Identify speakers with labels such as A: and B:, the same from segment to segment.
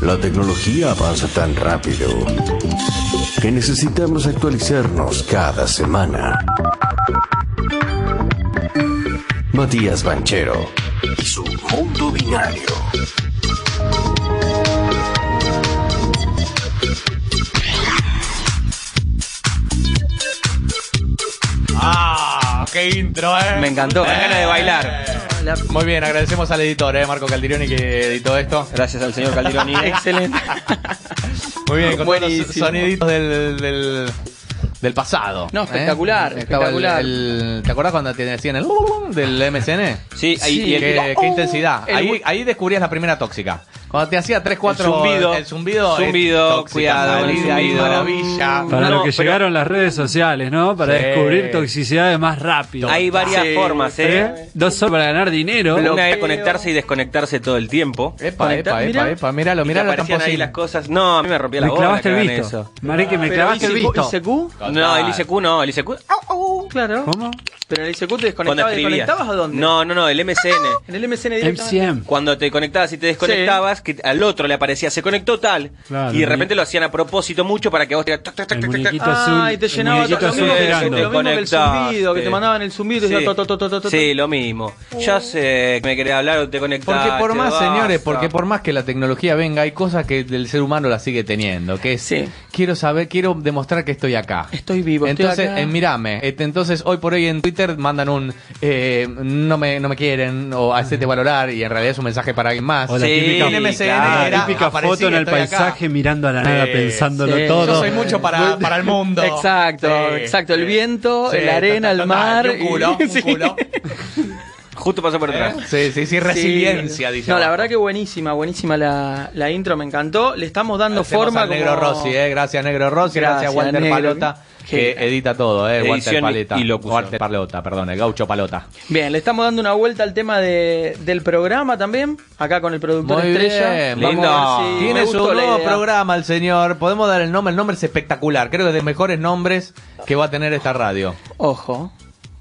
A: La tecnología avanza tan rápido que necesitamos actualizarnos cada semana. Matías Banchero y su mundo binario.
B: ¡Ah! ¡Qué intro, eh!
C: Me encantó, me dan ganas de bailar.
B: Muy bien, agradecemos al editor, eh, Marco Caldironi, que editó esto.
C: Gracias al señor Calderoni. ¿eh? Excelente.
B: Muy bien, con todos los
C: Buenísimo.
B: soniditos del, del, del pasado. eh.
C: No, espectacular,
B: Estaba el-
C: espectacular.
B: el- ¿Te acuerdas cuando te decían el del MSN?
C: Sí, ahí- y el- ¡oh!
B: qué, qué intensidad.
C: el-
B: ahí, ahí descubrías la primera tóxica. Cuando te hacía 3, 4
C: zumbido.
B: el zumbido, es
C: Zumbido,
B: tóxica,
C: cuidado, el
B: salida, ahí,
C: zumbido.
B: maravilla.
D: Para
C: No,
D: lo que
C: pero-
D: llegaron las redes sociales, ¿no? Para
B: Sí.
D: descubrir toxicidades más rápido.
C: Hay varias formas, ¿eh?
D: ¿Eh? Dos son para ganar dinero.
C: Una es conectarse y desconectarse todo el tiempo.
B: Epa, epa,
C: mirá.
B: epa, epa, míralo,
C: Y te
B: míralo,
C: aparecían ahí
B: Camposín.
C: las cosas. No, a mí me rompía la
D: Me
C: bola
D: clavaste
C: que
D: el
C: hagan
D: visto.
C: eso.
D: Marique, me clavaste el visto.
C: No, el ICQ no, el ICQ. ¡au!
E: Claro.
D: ¿Cómo?
E: Pero en el ICQ te
C: Cuando
E: desconectabas,
C: escribías.
E: ¿desconectabas o dónde?
C: No, no, no, el MCN.
E: En el MCN directamente.
D: MCM.
C: Cuando te conectabas y te desconectabas, que al otro le aparecía, se conectó tal.
D: Claro,
C: y de
D: bien.
C: repente lo hacían a propósito mucho para que vos te tac, tac, tac, tac,
D: El
C: tac,
D: muñequito
C: tac.
D: azul.
E: Ah, y te
D: el
E: llenaba
D: muñequito
E: todo lo
D: azul
E: mismo, que,
D: girando.
E: lo mismo que el
C: Desconectaste.
E: zumbido, que te mandaban el zumbido y
C: Sí.
E: decía, to, to, to, to, to, to.
C: Sí, lo mismo.
E: Uh.
C: Ya sé que me quería hablar o te
B: Porque
C: conectaste.
B: por más,
C: basta.
B: señores, porque por más que la tecnología venga, hay cosas que el ser humano la sigue teniendo, que es,
E: Sí.
B: quiero saber, quiero demostrar que estoy acá.
E: Estoy vivo, estoy
B: Entonces,
E: acá.
B: eh, mirame. Este, Entonces, hoy por hoy en Twitter mandan un, eh, no, me, no me quieren, o hacete valorar, y en realidad es un mensaje para alguien más.
D: O la
C: Sí,
D: típica,
C: en MSN
D: la
C: era,
D: típica
B: aparecí
D: foto en
B: que
D: el
B: estoy acá.
D: paisaje mirando a la nada,
B: Sí,
D: pensándolo
E: sí.
D: todo.
B: Yo soy mucho para, para el mundo.
E: Exacto, exacto. El viento, el arena, el
B: total,
E: mar,
B: y Un culo,
E: y-
B: un
E: sí.
B: culo.
C: Justo pasó por
E: ¿Eh?
C: atrás.
B: Sí, sí, sí, resiliencia,
E: Sí.
B: dice.
E: No, la
B: abajo.
E: verdad que buenísima, buenísima la, la intro, me encantó. Le estamos dando
B: Hacemos
E: forma
B: al Negro
E: como-
B: Rossi, eh. Gracias, Negro Rossi. Gracias,
E: Gracias,
B: Walter
E: Negro.
B: Palota, que
E: Genial.
B: edita todo, eh. Walter
C: Edición
B: Paleta.
C: y locución.
B: Walter Palota, perdón, el gaucho Palota.
E: Bien, le estamos dando una vuelta al tema de- del programa también, acá con el productor estrella.
B: bien,
C: Vamos
B: lindo.
C: a ver si-
B: Tiene
E: me
B: su
E: gustó la
B: nuevo
E: idea.
B: programa el señor. Podemos dar el nombre. El nombre es espectacular. Creo que es de los mejores nombres que va a tener esta radio.
E: Ojo.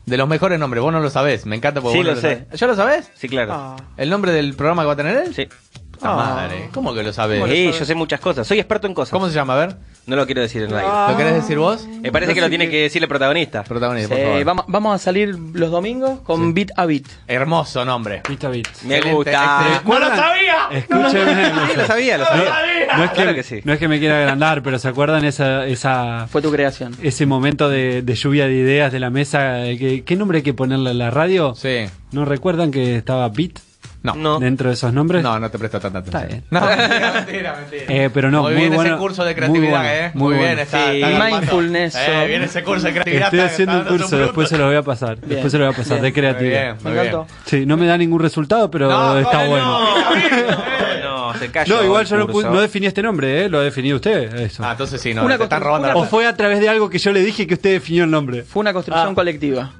B: De los mejores nombres. Vos no lo sabés. Me encanta porque
C: Sí,
B: vos no
C: lo sé.
B: sabés. ¿Ya lo sabés?
C: Sí, claro.
E: Ah.
B: ¿El nombre del programa que va a tener él?
C: Sí.
B: Puta
E: Ah.
B: madre. ¿Cómo que lo sabés?
C: Sí, yo sé muchas cosas. Soy experto en cosas.
B: ¿Cómo se llama? A ver.
C: No lo quiero decir en radio.
E: Ah.
B: ¿Lo querés decir vos?
C: Me parece que lo tiene que decir el protagonista.
B: Protagonista,
E: Sí,
B: por favor.
E: vamos, vamos a salir los domingos con Bit a Bit.
B: Hermoso nombre.
D: Pita bit.
C: Me
B: Excelente,
C: gusta.
B: excelente.
D: lo sabía! Escúcheme.
C: Sí, lo sabía, lo
D: No,
C: sabía.
D: no es que,
C: Claro que sí.
D: no es que me quiera agrandar, pero ¿se acuerdan esa, esa
E: Fue tu creación.
D: ese momento de, de lluvia de ideas de la mesa? eh, que- ¿Qué nombre hay que ponerle a la radio?
B: Sí.
D: ¿No recuerdan que estaba Beat
B: No.
C: No.
D: dentro de esos nombres?
B: No, no te presto tanta atención.
D: Está bien.
B: No, mentira, mentira, mentira.
D: Eh, pero no,
B: muy,
D: muy
B: bien ese
D: bueno,
B: curso de
D: muy
B: creatividad,
D: bueno,
B: ¿eh? Muy,
D: muy
B: bien,
D: bueno.
B: está,
C: Sí.
B: está armando.
E: Mindfulness.
B: Eh, bien ese curso de creatividad.
D: Estoy
B: está-
D: haciendo
B: está
D: un
B: dando
D: curso,
B: un
D: después se los voy a pasar.
E: Bien.
D: Después se los voy a pasar,
E: Bien.
D: de
B: Muy
D: creatividad.
B: bien,
E: Me
B: muy bien.
E: encantó.
D: Sí, no me da ningún resultado, pero está
B: Cole,
D: bueno.
C: No, se cayó.
D: No, igual
C: el
D: yo no, pu-
C: curso.
D: no definí este nombre, ¿eh? lo ha definido usted. Eso.
B: Ah, entonces sí, no,
E: Una
B: te están
E: cosa-
B: robando la
D: o
B: plata.
D: fue a través de algo que yo le dije que usted definió el nombre.
E: Fue una construcción
D: Ah.
E: colectiva.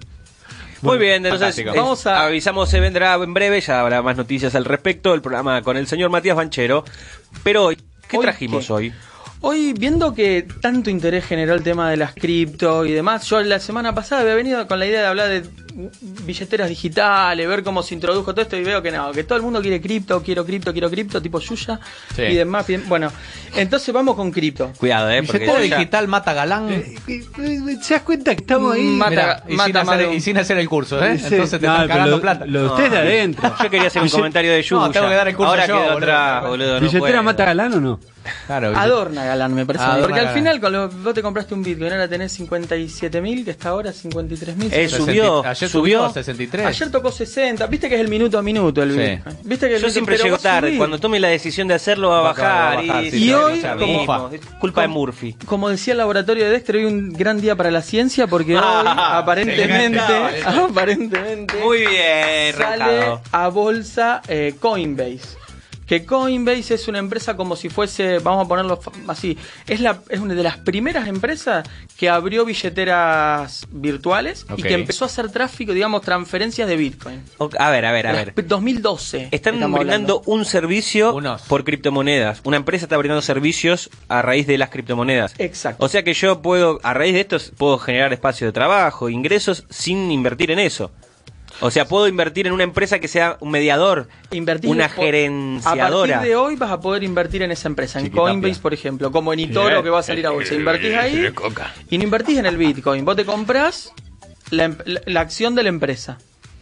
C: Muy bien, entonces
B: Fantástico.
C: eh,
E: Vamos a-
C: avisamos, se vendrá en breve, ya habrá más noticias al respecto, el programa con el señor Matías Banchero. Pero hoy, ¿qué
E: ¿Hoy
C: trajimos
E: qué?
C: hoy?
E: Hoy, viendo que tanto interés generó el tema de las cripto y demás, yo la semana pasada había venido con la idea de hablar de billeteras digitales, ver cómo se introdujo todo esto y veo que no, que todo el mundo quiere cripto, quiero cripto, quiero cripto, tipo Yuya
B: Sí.
E: y demás. bien, Bueno, entonces vamos con cripto.
C: Cuidado, eh, porque
B: Billetera
C: yo ya-
B: digital mata galán.
D: Eh, ¿Se das cuenta que estamos
E: ahí?
D: ahí?
E: eh, Mata-
B: Mirá, y, sin
E: mata más de
B: hacer,
E: un-
B: y sin hacer el curso, ¿eh? Entonces te están cagando
D: lo,
B: plata.
D: Lo de usted es de adentro.
C: Yo quería hacer un
D: Billet-
C: comentario de Yuya.
B: No, tengo que dar el curso
C: Ahora
B: yo,
C: quedó
B: boludo.
C: atrás, boludo. no
D: ¿Billetera
C: puedo.
D: mata galán o no?
B: Claro,
E: Adorna Galán, me parece. a mí,
B: Adorna
E: porque al
B: Galán.
E: final, cuando vos te compraste un Bitcoin, ahora tenés 57.000, que está ahora 53.000.
C: Eh, subió,
B: ayer
C: subió.
B: subió 63.
E: Ayer tocó 60. Viste que es el minuto a minuto el
B: Sí.
E: Bitcoin. Viste que el
C: Yo
E: Bitcoin-
C: siempre
E: pero
C: llego
E: va a
C: tarde.
E: subir.
C: Cuando tome la decisión de hacerlo, va a
B: Va a acabar,
C: bajar.
B: va a bajar,
C: y
B: sí,
E: Y
C: ya
E: hoy,
C: lo mismo,
B: como-
C: es culpa de Murphy.
E: Como decía el laboratorio de Dexter, hoy un gran día para la ciencia porque hoy,
C: Ah,
E: aparentemente,
C: excelente.
E: aparentemente,
C: Muy bien,
E: sale
C: Racado.
E: a bolsa eh, Coinbase. Que Coinbase es una empresa como si fuese, vamos a ponerlo fa- así, es, la, es una de las primeras empresas que abrió billeteras virtuales
B: Ok.
E: y que empezó a hacer tráfico, digamos, transferencias de Bitcoin.
C: Ok, A ver, a ver, a
E: Las
C: ver.
E: p- 2012.
C: Están
E: estamos
C: brindando
E: hablando.
C: un servicio
B: Unos.
C: por criptomonedas. Una empresa está brindando servicios a raíz de las criptomonedas.
E: Exacto.
C: O sea que yo puedo, a raíz de esto, puedo generar espacio de trabajo, ingresos, sin invertir en eso. O sea, puedo invertir en una empresa que sea un mediador,
E: Invertir
C: una
E: por-
C: gerenciadora.
E: A partir de hoy vas a poder invertir en esa empresa, en
C: Chiquitapia. eh,
E: Coinbase, por ejemplo, como en Itoro que va a salir a bolsa. Invertís ahí y no invertís en el Bitcoin. Vos te comprás la, em- la- la acción de la empresa.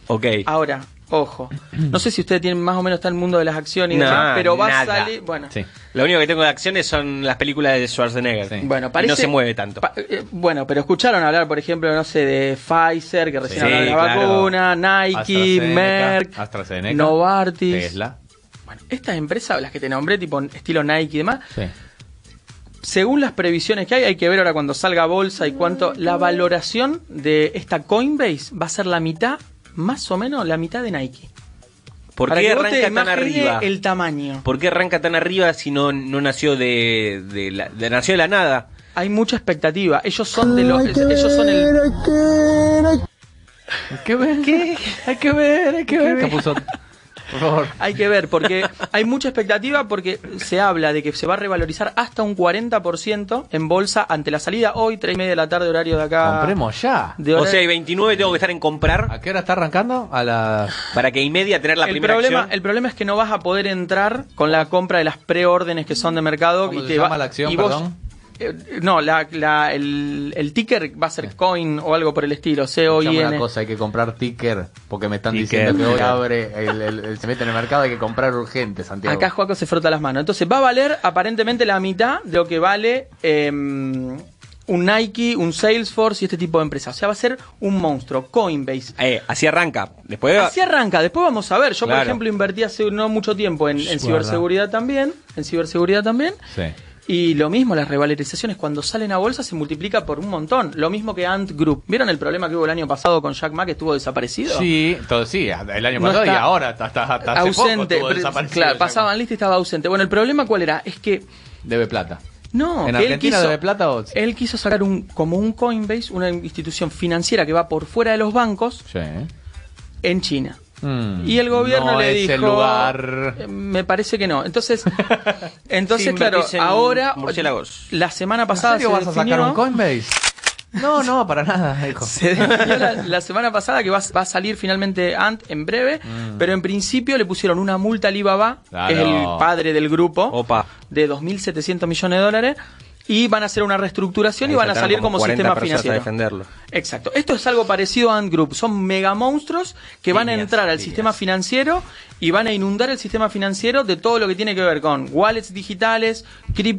C: Ok.
E: Ahora, ojo, no sé si ustedes tienen más o menos está el mundo de las acciones y
C: No,
E: demás, pero va a
C: nada.
E: salir. Bueno,
B: Sí.
C: Lo único que tengo de acciones son las películas de Schwarzenegger.
B: Sí.
E: Bueno,
C: Y
E: parece-
C: no se mueve tanto.
E: Pa- eh, bueno, pero escucharon hablar, por ejemplo, no sé, de Pfizer, que recién
C: Sí,
E: habló de la
C: claro.
E: vacuna, Nike,
B: AstraZeneca,
E: Merck,
B: AstraZeneca,
E: Novartis.
B: Tesla.
E: Bueno, estas empresas, las que te nombré, tipo estilo Nike y demás,
B: Sí.
E: según las previsiones que hay, hay que ver ahora cuando salga a bolsa y cuánto, la valoración de esta Coinbase va a ser la mitad, más o menos la mitad de Nike.
C: ¿Por
E: Para
C: qué
E: que vos te
C: arranca tan
E: imagines
C: arriba?
E: el tamaño.
C: ¿Por qué arranca tan arriba si no, no nació de, de la, de- nació de la nada?
E: Hay mucha expectativa. Ellos son de los, ellos son el
B: Hay que ver, hay que ver, hay que ver. Capuzón. Por favor.
E: Hay que ver, porque hay mucha expectativa porque se habla de que se va a revalorizar hasta un 40% en bolsa ante la salida hoy, 3 y media de la tarde, horario de acá.
B: Compremos ya.
E: De
C: O
E: horario-
C: sea, hay 29 tengo que estar en comprar
B: ¿A qué hora está arrancando? A las.
C: para que y media tener la
E: el,
C: primera
E: problema,
C: acción.
E: el problema es que no vas a poder entrar con la compra de las preórdenes que son de mercado.
B: ¿Cómo
E: y
B: se
E: te
B: llama
E: va-
B: la acción,
E: y vos-
B: perdón?
E: eh, no, la, la- el, el ticker va a ser coin o E. algo por el estilo, COIN.
B: Escuchame una cosa, hay que comprar ticker porque me están
C: Ticker.
B: diciendo que hoy abre, el, el- el- se mete en el mercado, hay que comprar urgente, Santiago.
E: Acá Juaco se frota las manos. Entonces va a valer aparentemente la mitad de lo que vale eh, un Nike, un Salesforce y este tipo de empresas. O sea, va a ser un monstruo. Coinbase.
C: Eh, así arranca. Después
E: Así arranca, después vamos a ver. Yo,
C: Claro.
E: por ejemplo, invertí hace no mucho tiempo en, en
D: Guarda.
E: ciberseguridad también. En ciberseguridad también.
B: Sí.
E: Y lo mismo, las revalorizaciones cuando salen a bolsa se multiplica por un montón. Lo mismo que Ant Group. ¿Vieron el problema que hubo el año pasado con Jack Ma que estuvo desaparecido?
B: Sí, todo, sí, el año
E: No
B: pasado y
E: está-
B: ahora, hasta, hasta, hasta hace poco
E: ausente.
B: estuvo
E: pero-
B: desaparecido
E: claro,
B: el Jack Ma.
E: pasaban lista y estaba ausente. Bueno, el problema cuál era? Es que
B: Debe plata.
E: No,
B: ¿En
E: que él
B: Argentina
E: quiso-
B: debe plata o-
E: Él quiso sacar un como un Coinbase, una institución financiera que va por fuera de los bancos
B: Sí.
E: en China.
B: Mm.
E: Y el gobierno
B: No
E: le
B: es
E: dijo
B: el lugar.
E: "Eh, Me parece que no. Entonces, entonces
C: Sí,
E: claro,
C: dicen
E: ahora
C: murciélagos.
E: la semana
B: ¿En
E: pasada
B: serio
E: se
B: vas a sacar
E: definió-
B: un Coinbase? No, no, para nada, hijo.
E: se definió la, la semana pasada que va, a- va a salir finalmente Ant en breve, pero en principio le pusieron una multa a Alibaba, que es el
B: Claro.
E: padre del grupo,
C: Opa.
E: de 2.700 millones de dólares, y van a hacer una reestructuración y van a salir como, sistema
C: A
E: financiero.
C: defenderlo.
E: Exacto. Esto es algo parecido a Ant Group. Son mega monstruos que van a
C: Líneas,
E: entrar al
C: líneas.
E: sistema financiero y van a inundar el sistema financiero de todo lo que tiene que ver con wallets digitales,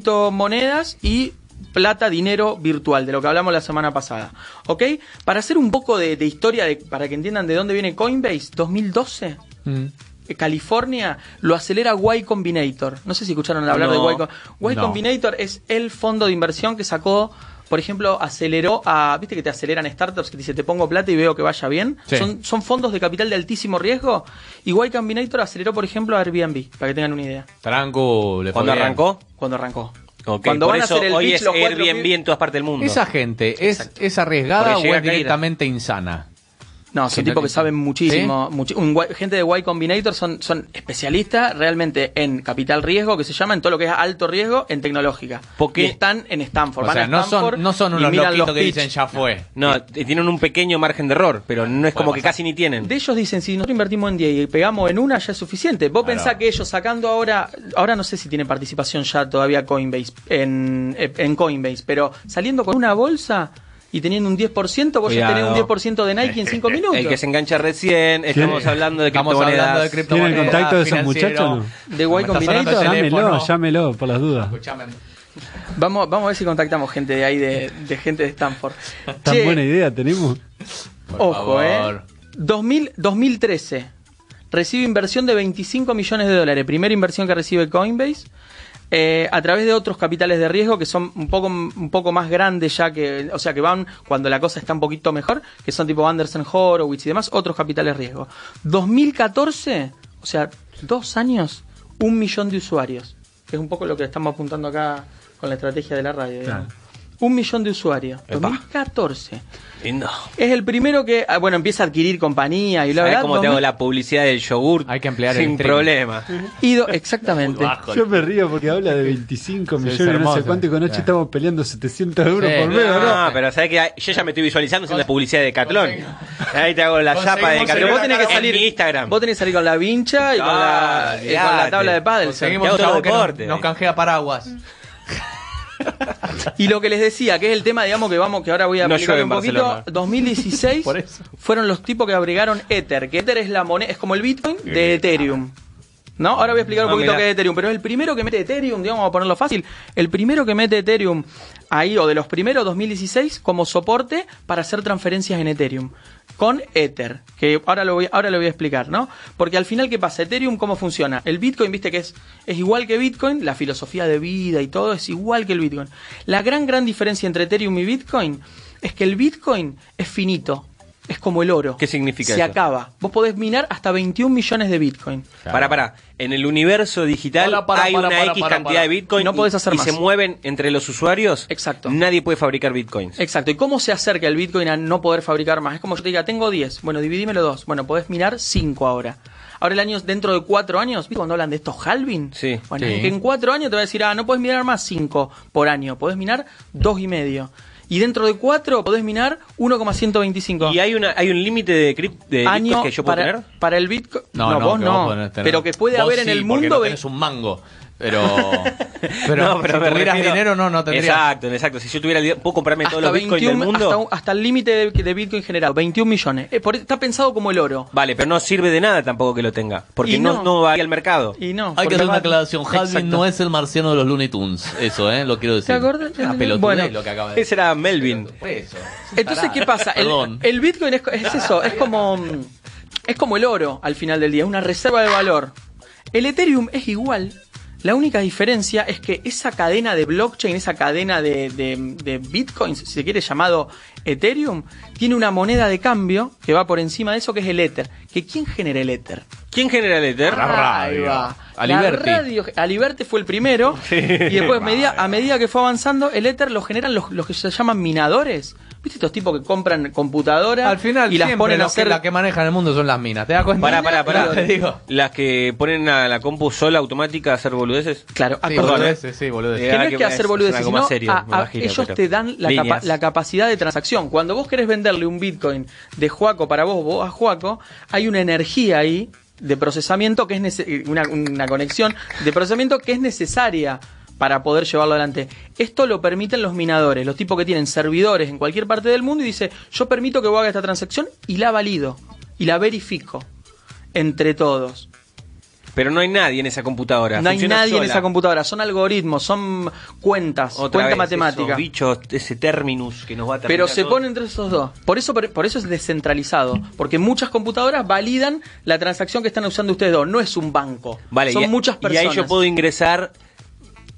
E: criptomonedas y plata, dinero virtual, de lo que hablamos la semana pasada. ¿Ok? Para hacer un poco de, de historia, de- para que entiendan de dónde viene Coinbase, 2012.
B: Mm.
E: eh, California lo acelera Y Combinator. No sé si escucharon hablar
C: No.
E: de Y Combinator. Y
B: No.
E: Combinator es el fondo de inversión que sacó, por ejemplo, aceleró a. ¿Viste que te aceleran startups que te dice te pongo plata y veo que vaya bien?
B: Sí.
E: Son, son fondos de capital de altísimo riesgo. Y Y Combinator aceleró, por ejemplo, a Airbnb, para que tengan una idea,
B: Tranco, le fue
C: ¿Cuándo
B: bien.
C: arrancó?
E: cuando arrancó.
C: Ok,
E: Cuando
C: por
E: van a
C: eso
E: hacer el
C: hoy
E: pitch,
C: es
E: los cuatro
C: Airbnb
E: pi-
C: en todas partes del mundo.
B: Esa gente es, es arriesgada
C: Porque
B: o
C: llega
B: es
C: caída.
B: directamente insana.
E: No, son
B: Genial.
E: tipos que saben muchísimo. muchi- un guay- gente de Y Combinator son, son especialistas realmente en capital riesgo, que se llama, en todo lo que es alto riesgo, en tecnológica.
C: ¿Por qué?
E: Y están en Stanford.
B: O
E: van a
B: sea, no
E: Stanford
B: son, no son
E: y
B: unos
E: miran
B: loquitos
E: los
B: que
E: pitch.
B: dicen ya fue.
C: No, t- tienen un pequeño margen de error, pero no es como que
B: pasar.
C: casi ni tienen.
E: De ellos dicen, si nosotros invertimos en 10 y pegamos en una, ya es suficiente. Vos
B: Claro.
E: pensás que ellos sacando ahora, ahora no sé si tiene participación ya todavía Coinbase, en, eh, en Coinbase, pero saliendo con una bolsa y teniendo un 10%, vos ya
C: Cuidado.
E: tenés un 10% de Nike en 5 minutos.
C: El que se engancha recién, estamos hablando de
B: Estamos
C: criptomonedas.
B: hablando de criptomonedas.
D: ¿Tienen el contacto de esos
B: financiero.
D: muchachos?
E: De Y
B: Me está sonando
E: Combinator.
B: el
D: Llámelo,
B: teléfono.
D: llámelo, por las dudas.
B: Escuchame.
E: Vamos, vamos a ver si contactamos gente de ahí, de, de gente de Stanford.
D: Tan
E: Che,
D: buena idea tenemos.
B: por
E: Ojo, ¿eh?
B: favor.
E: 2000 2013. Recibe inversión de 25 millones de dólares. Primera inversión que recibe Coinbase. eh, a través de otros capitales de riesgo que son un poco, un poco más grandes ya que, o sea, que van cuando la cosa está un poquito mejor, que son tipo Anderson Horowitz y demás, otros capitales de riesgo. 2014, o sea, dos años, un millón de usuarios. Que es un poco lo que estamos apuntando acá con la estrategia de la radio. digamos. Un millón de usuarios.
C: Epa.
E: 2014.
C: Lindo.
E: Es el primero que, ah, bueno, empieza a adquirir compañía y bla,
C: ¿Sabés
E: bla,
C: cómo te
E: 2000
C: hago la publicidad del yogur?
B: Hay que ampliar el
C: Sin
B: stream.
C: problema.
E: y do- exactamente.
D: Yo me río porque habla de 25
B: Sí,
D: millones,
B: es
D: no sé
B: hermoso.
D: cuánto, y con H
B: Sí.
D: estamos peleando 700 euros
B: Sí,
D: por mes,
B: no,
D: ¿no?
C: No, pero sabés que hay- yo ya me estoy visualizando haciendo publicidad de Catlón. Ahí te hago la chapa de
B: Conseguimos
E: Pero
C: Catlón.
E: vos tenés que
C: En
E: salir
C: mi Instagram.
E: Vos tenés que salir con la vincha y con,
C: Ah,
E: la, y con la
C: olvidate.
E: tabla de pádel.
B: Conseguimos
C: Te hago
B: un chabón que nos-
C: deporte.
B: nos, canjea paraguas.
E: Y lo que les decía, que es el tema, digamos, que vamos, que ahora voy a
C: No
E: explicar
C: llueve
E: un
C: en
E: poquito.
C: Barcelona.
E: 2016
B: Por eso.
E: fueron los tipos que agregaron Ether, que Ether es la moneda, es como el Bitcoin de Ethereum. ¿No? Ahora voy a explicar un
C: Ah,
E: poquito
C: mirá.
E: qué es Ethereum, pero es el primero que mete Ethereum, digamos, vamos a ponerlo fácil, el primero que mete Ethereum ahí, o de los primeros 2016, como soporte para hacer transferencias en Ethereum. Con Ether, que ahora lo, voy, ahora lo voy a explicar, ¿no? Porque al final, ¿qué pasa? Ethereum, ¿cómo funciona? El Bitcoin, viste que es, es igual que Bitcoin, la filosofía de vida y todo es igual que el Bitcoin. La gran, gran diferencia entre Ethereum y Bitcoin es que el Bitcoin es finito, es como el oro.
C: ¿Qué significa
E: Se
C: eso?
E: acaba. Vos podés minar hasta 21 millones de Bitcoin.
C: Pará, pará. En el universo digital
B: Para, para,
C: hay
B: para,
C: una
B: para,
C: X
B: para,
C: cantidad
B: para.
C: de Bitcoin
E: No
C: y-
E: podés hacer
C: y
E: más.
C: se mueven entre los usuarios.
E: Exacto.
C: Nadie puede fabricar Bitcoins.
E: Exacto. ¿Y cómo se acerca el Bitcoin a no poder fabricar más? Es como yo te diga, tengo 10. Bueno, dividímelo dos. Bueno, podés minar 5 ahora. Ahora el año, dentro de 4 años, ¿viste cuando hablan de estos halving?
C: Sí.
E: Bueno,
B: Sí.
E: es que en 4 años te va a decir, ah, no podés minar más 5 por año. Podés minar 2,5. Y, medio. y dentro de 4 podés minar 1,125.
C: ¿Y hay, una, hay un límite de, cripto
E: año
C: que yo puedo
E: para,
C: tener?
E: para el Bitcoin. No,
B: No, no,
E: vos
B: que
E: no.
B: podés tener.
E: Pero que puede
B: Vos
E: haber en
B: sí,
E: el
B: porque
E: mundo.
B: No
E: ve-
B: tenés un mango. Pero. Pero,
C: No,
B: si
C: pero me
B: tuvieras
C: refiero-
B: dinero, no, no tendrías.
C: Exacto, exacto. Si yo tuviera el dinero, ¿puedo comprarme todos los bitcoins del mundo?
E: hasta un- hasta el límite de, de Bitcoin generado, 21 millones. Eh, por- está pensado como el oro.
C: Vale, pero no sirve de nada tampoco que lo tenga. Porque
E: Y
C: no,
E: no.
C: no, va ahí al mercado.
E: Y no.
F: Hay
E: porque
F: que hacer
E: va-
F: una aclaración. Halvin
E: Exacto.
F: no es el marciano de los Looney Tunes. Eso, ¿eh? Lo quiero decir.
E: ¿Te acordás?
F: Una pelotudez
E: Bueno,
F: lo que acaba de
C: Ese era Melvin.
B: Preso.
E: Entonces, ¿qué pasa? El,
F: Perdón.
E: el Bitcoin es, es eso, es como, mm, es como el oro al final del día, es una reserva de valor. El Ethereum es igual. La única diferencia es que esa cadena de blockchain, esa cadena de, de- de bitcoins, si se quiere llamado Ethereum, tiene una moneda de cambio que va por encima de eso, que es el Ether. ¿Que ¿Quién genera el Ether?
C: ¿Quién genera el Ether?
E: Ahí va.
B: Aliberti.
E: La radio- Aliberti fue el primero. Y después, medida- a medida que fue avanzando, el éter lo generan los, los que se llaman minadores. ¿Viste estos tipos que compran computadoras
B: Al final,
E: y las ponen a
B: los que,
E: hacer.
B: la que manejan el mundo son las minas. ¿Te das cuenta?
C: Pará, pará, pará.
B: Yo Te digo.
C: Las que ponen a la compu sola automática a hacer boludeces. Ah, ¿eh?
E: Claro, ah,
B: Sí,
E: acordate.
B: boludeces, sí, boludeces.
E: Que no es
C: que
E: que hacer
C: es
E: boludeces,
C: una goma
E: sino
C: serio,
E: a-
C: me
E: a-
C: imagino,
E: ellos
C: pero-
E: te dan la,
C: Líneas.
E: capa- la capacidad de transacción. Cuando vos querés venderle un Bitcoin de Juaco para vos, vos a Juaco, hay una energía ahí de procesamiento que es nece- una, una conexión de procesamiento que es necesaria para poder llevarlo adelante. Esto lo permiten los minadores, los tipos que tienen servidores en cualquier parte del mundo y dice, yo permito que vos hagas esta transacción y la valido y la verifico entre todos.
C: Pero no hay nadie en esa computadora.
E: No hay
C: funciona
E: nadie
C: sola.
E: en esa computadora, son algoritmos, son cuentas,
C: Otra
E: cuenta
C: vez,
E: matemática.
C: esos bichos, ese terminus que nos va a terminar
E: Pero se
C: todo.
E: pone entre esos dos. Por eso, por eso es descentralizado. Porque muchas computadoras validan la transacción que están usando ustedes dos. No es un banco.
C: Vale,
E: Son
C: y,
E: muchas personas.
C: Y ahí yo puedo ingresar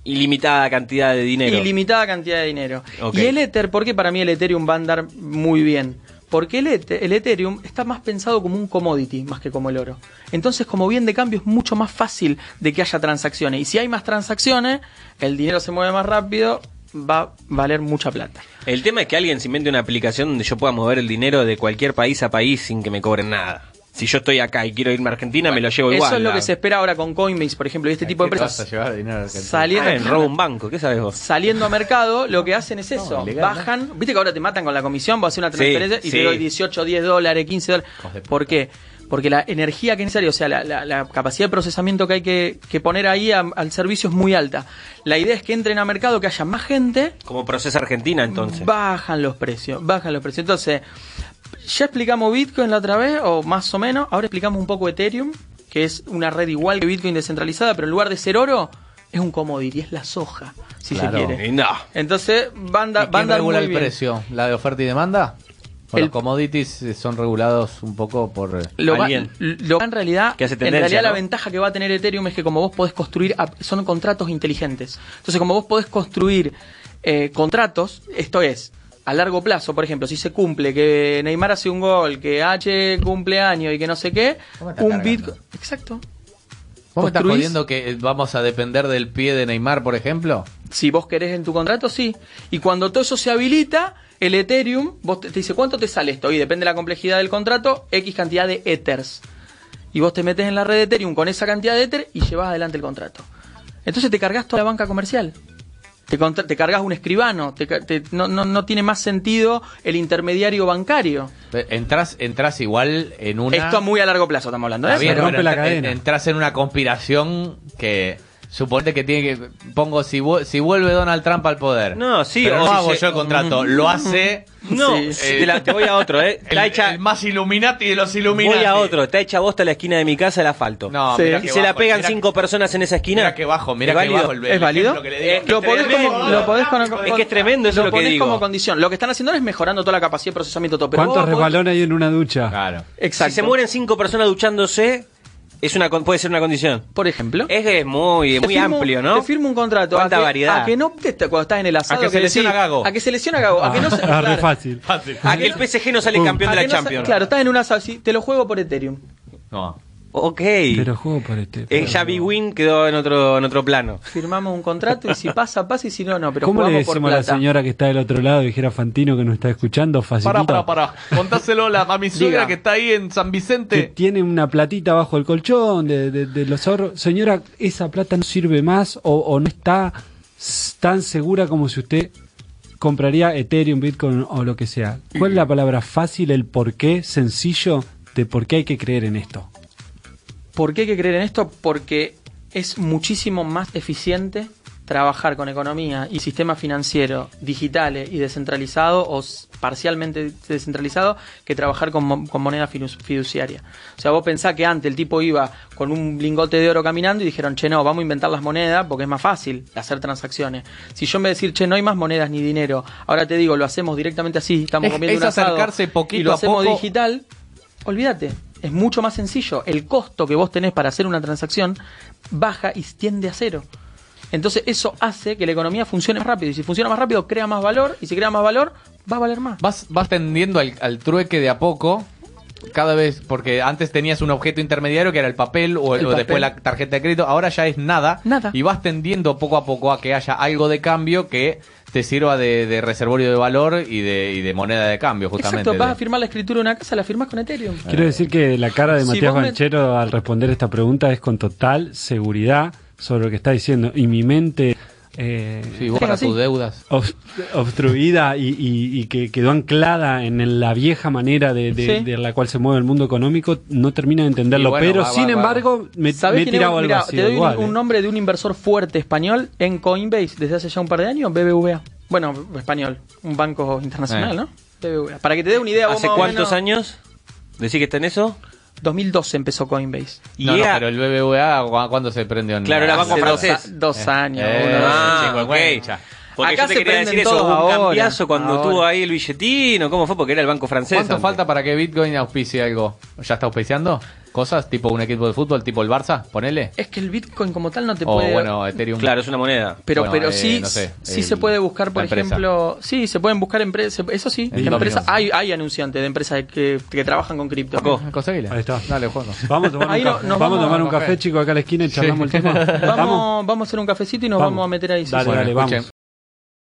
C: ilimitada cantidad de dinero.
E: Ilimitada cantidad de dinero.
C: Ok.
E: Y el Ether, porque para mí el Ethereum va a andar muy bien. Porque el, Ether- el Ethereum está más pensado como un commodity más que como el oro. Entonces, como bien de cambio, es mucho más fácil de que haya transacciones. Y si hay más transacciones, el dinero se mueve más rápido, va a valer mucha plata.
C: El tema es que alguien se invente una aplicación donde yo pueda mover el dinero de cualquier país a país sin que me cobren nada. Si yo estoy acá y quiero irme a Argentina, me lo llevo igual.
E: Eso es lo
C: la-
E: que se espera ahora con Coinbase, por ejemplo, y este tipo de
B: ¿Qué te vas a
E: empresas.
B: llevar dinero a Argentina?
E: Salieron,
C: Ah, en robo un banco, ¿qué sabes vos?
E: saliendo a mercado, lo que hacen es eso.
B: legal,
E: bajan, viste que ahora te matan con la comisión, vos haces una
C: Sí,
E: transferencia y te
C: sí.
E: doy 18, 10 dólares, 15 dólares. ¿Por qué? Porque la energía que es necesaria, o sea, la, la- la capacidad de procesamiento que hay que, que poner ahí a- al servicio es muy alta. La idea es que entren a mercado, que haya más gente,
C: Como procesa Argentina, entonces.
E: bajan los precios, bajan los precios. Entonces, ya explicamos Bitcoin la otra vez, o más o menos, ahora explicamos un poco Ethereum, que es una red igual que Bitcoin descentralizada, pero en lugar de ser oro, es un commodity, es la soja, si
B: Claro.
E: se
C: Y
E: quiere.
C: Eh, no.
E: Entonces,
B: ¿Y
E: banda,
B: ¿Quién
E: banda
B: regula el precio? ¿La de oferta y demanda? Bueno,
E: El-
B: los commodities eh, son regulados un poco por. eh,
E: Lo va-
C: Alguien.
E: lo va en realidad,
C: Que hace
E: en
C: tendencia,
E: realidad la
C: ¿no?
E: ventaja que va a tener Ethereum es que como vos podés construir, ap- son contratos inteligentes. Entonces, como vos podés construir eh, contratos, esto es, a largo plazo, por ejemplo, si se cumple que Neymar hace un gol, que H cumple año y que no sé qué,
B: ¿Cómo estás
E: un
B: cargando?
E: Bitcoin... Exacto.
B: ¿Vos me estás
E: construís-
B: jodiendo que eh, vamos a depender del pie de Neymar, por ejemplo?
E: Si vos querés en tu contrato, sí. Y cuando todo eso se habilita, el Ethereum, vos te, te dice, ¿cuánto te sale esto? Y depende de la complejidad del contrato, X cantidad de Ethers. Y vos te metes en la red de Ethereum con esa cantidad de Ether y llevas adelante el contrato. Entonces te cargas toda la banca comercial. Te, contra- te cargas un escribano. te ca- te- no, no- no tiene más sentido el intermediario bancario.
B: Eh, Entrás, entrás igual en una...
E: Esto a muy a largo plazo estamos hablando. ¿eh?
B: Está bien,
D: Se rompe
B: pero
D: la
B: ent-
D: cadena.
B: Entras en una conspiración que... Suponete que tiene que... Pongo, si, vu- si vuelve Donald Trump al poder.
C: No, sí,
B: Pero
C: o
B: no
C: si
B: hago
C: se-
B: yo el contrato. Lo hace...
C: No,
E: Sí,
B: sí.
C: te, la- te voy a otro, ¿eh?
B: El,
C: Está hecha,
B: el más Illuminati de los Illuminati.
C: voy a otro, está hecha bosta la esquina de mi casa el asfalto.
B: No,
E: Sí.
B: mirá
C: y
B: que
C: se la
B: bajo,
C: pegan
B: mirá que-
C: cinco personas en esa esquina.
B: Mira que bajo, mira
C: ¿Es
B: que
C: válido?
B: bajo el, el
E: ¿Es válido? Eh,
B: ejemplo que le digo.
E: Lo podés, como, lo podés con-
C: Es que es tremendo, eso es lo que
E: ponés
C: digo.
E: como condición. Lo que están haciendo ahora es mejorando toda la capacidad de procesamiento. Todo, pero
D: ¿Cuántos
E: vos podés-
D: resbalones hay en una ducha?
B: Claro.
E: Exacto.
C: Si se mueren cinco personas duchándose, es una con- puede ser una condición.
E: Por ejemplo.
C: Es, que es muy,
E: Te
C: muy
E: firmo-
C: amplio, ¿no?
E: Te firmo un contrato.
C: Cuánta
E: a que,
C: variedad.
E: A que no te- cuando estás en el asado.
B: A que se
E: decís-
B: lesiona Gago.
E: A que se lesiona Gago. A que no se.
D: Ah, re
E: claro.
D: fácil.
C: A que el PSG no sale
D: Pum.
C: campeón
E: Mm.
C: de
E: A
C: la
E: que no se-
C: Champions.
E: Claro, estás en un asado. sí, te lo juego por Ethereum.
B: No.
C: Ok.
D: Pero juego por este.
C: Eh, ya Big Win quedó en otro, en otro plano.
E: Firmamos un contrato y si pasa, pasa y si no, no. Pero
D: ¿Cómo le
E: jugamos por
D: decimos a
E: plata.
D: la señora que está del otro lado, dijera Fantino que nos está escuchando, facilita,
B: Pará, pará, pará. Contáselo a, la, a mi suegra
E: Diga.
B: que está ahí en San
D: que
B: Vicente.
D: tiene una platita bajo el colchón de, de- de los ahorros? Señora, ¿esa plata no sirve más o, o no está s- tan segura como si usted compraría Ethereum, Bitcoin o lo que sea? ¿Cuál es la palabra fácil, el por qué, sencillo, de por qué hay que creer en esto?
E: ¿Por qué hay que creer en esto? Porque es muchísimo más eficiente trabajar con economía y sistema financiero digitales y descentralizado o s- parcialmente descentralizado que trabajar con, mo- con moneda fidu- fiduciaria. O sea, vos pensás que antes el tipo iba con un lingote de oro caminando y dijeron, che, no, vamos a inventar las monedas porque es más fácil hacer transacciones. Si yo me decir, che, no hay más monedas ni dinero, ahora te digo, lo hacemos directamente así, estamos
B: Es-
E: comiendo
B: es
E: un asado
B: acercarse poquito
E: y lo
B: a
E: hacemos
B: poco.
E: digital digital, olvídate, es mucho más sencillo. El costo que vos tenés para hacer una transacción baja y tiende a cero. Entonces eso hace que la economía funcione más rápido. Y si funciona más rápido, crea más valor. Y si crea más valor, va a valer más.
B: Vas, vas tendiendo al, al trueque de a poco. Cada vez, porque antes tenías un objeto intermediario que era el papel o,
E: El
B: o después
E: papel.
B: la tarjeta de crédito, ahora ya es nada.
E: Nada.
B: Y vas tendiendo poco a poco a que haya algo de cambio que te sirva de, de reservorio de valor y de, y de moneda de cambio, justamente.
E: Exacto, vas a
B: De-
E: firmar la escritura de una casa, la firmás con Ethereum.
D: Quiero decir que la cara de
E: Eh, Si
D: Matías
E: vos me-
D: Banchero al responder esta pregunta es con total seguridad sobre lo que está diciendo y mi mente... eh,
B: Sí, vos
E: Es
B: para
E: así.
B: tus deudas.
D: obst- obstruida y, y- y que quedó anclada en la vieja manera de, de-
E: Sí.
D: de la cual se mueve el mundo económico, no termina de entenderlo.
B: Y bueno,
D: pero
B: va, va,
D: sin
B: va.
D: embargo, me, me
E: ¿Sabés
D: he
E: quién es?
D: tirado al
E: Mirá,
D: vacío
E: Te doy
D: igual,
E: un,
D: eh.
E: un nombre de un inversor fuerte español en Coinbase desde hace ya un par de años, BBVA. Bueno, español, un banco internacional,
B: Eh.
E: ¿no? BBVA. Para que te dé una idea, vos
C: ¿Hace
E: más o
C: cuántos
E: menos-
C: años? ¿Decís que está en eso?
E: 2012 empezó Coinbase.
C: Y
B: no, no,
C: era-
B: pero el BBVA, ¿cu- ¿cuándo se prendió? en-
C: Claro, era
B: Hace
C: banco
E: Hace dos,
C: francés.
E: a- dos años.
B: Eh,
E: uno,
C: Ah,
B: sí,
C: ok.
B: cuencha.
C: Porque
E: Acá
C: yo te
E: se
C: quería
E: prenden
C: decir eso,
E: todos
C: hubo un
E: ahora,
C: cambiazo cuando
E: ahora.
C: tuvo ahí el billetino, ¿cómo fue? Porque era el banco francés.
B: ¿Cuánto
C: antes.
B: falta para que Bitcoin auspicie algo? ¿Ya está auspiciando? ¿Cosas tipo un equipo de fútbol, tipo el Barça? Ponele.
E: Es que el Bitcoin como tal no te
B: o
E: puede.
B: Oh, bueno, Ethereum.
C: Claro, es una moneda.
E: pero
B: bueno,
E: pero
B: eh,
E: sí,
B: no sé,
E: sí
B: el-
E: se puede buscar, por
B: la empresa.
E: ejemplo. Sí, se pueden buscar empresas. Eso sí,
B: El
E: empresas.
B: dominio.
E: Hay, hay anunciantes de empresas que, que trabajan con cripto.
C: Paco.
B: Conseguila.
D: Ahí está.
B: Dale, Juanjo.
D: Vamos a tomar
E: Ahí
D: un,
E: no-
D: café.
E: nos
D: Vamos a
E: vamos
D: tomar
B: a
D: un
B: café.
D: café, chico, acá a la esquina y charlamos el tema.
E: Vamos, vamos a hacer un cafecito y nos
D: Vamos.
E: vamos, a meter ahí. sí,
D: Dale,
E: sí.
D: dale, vamos.
B: escuchen.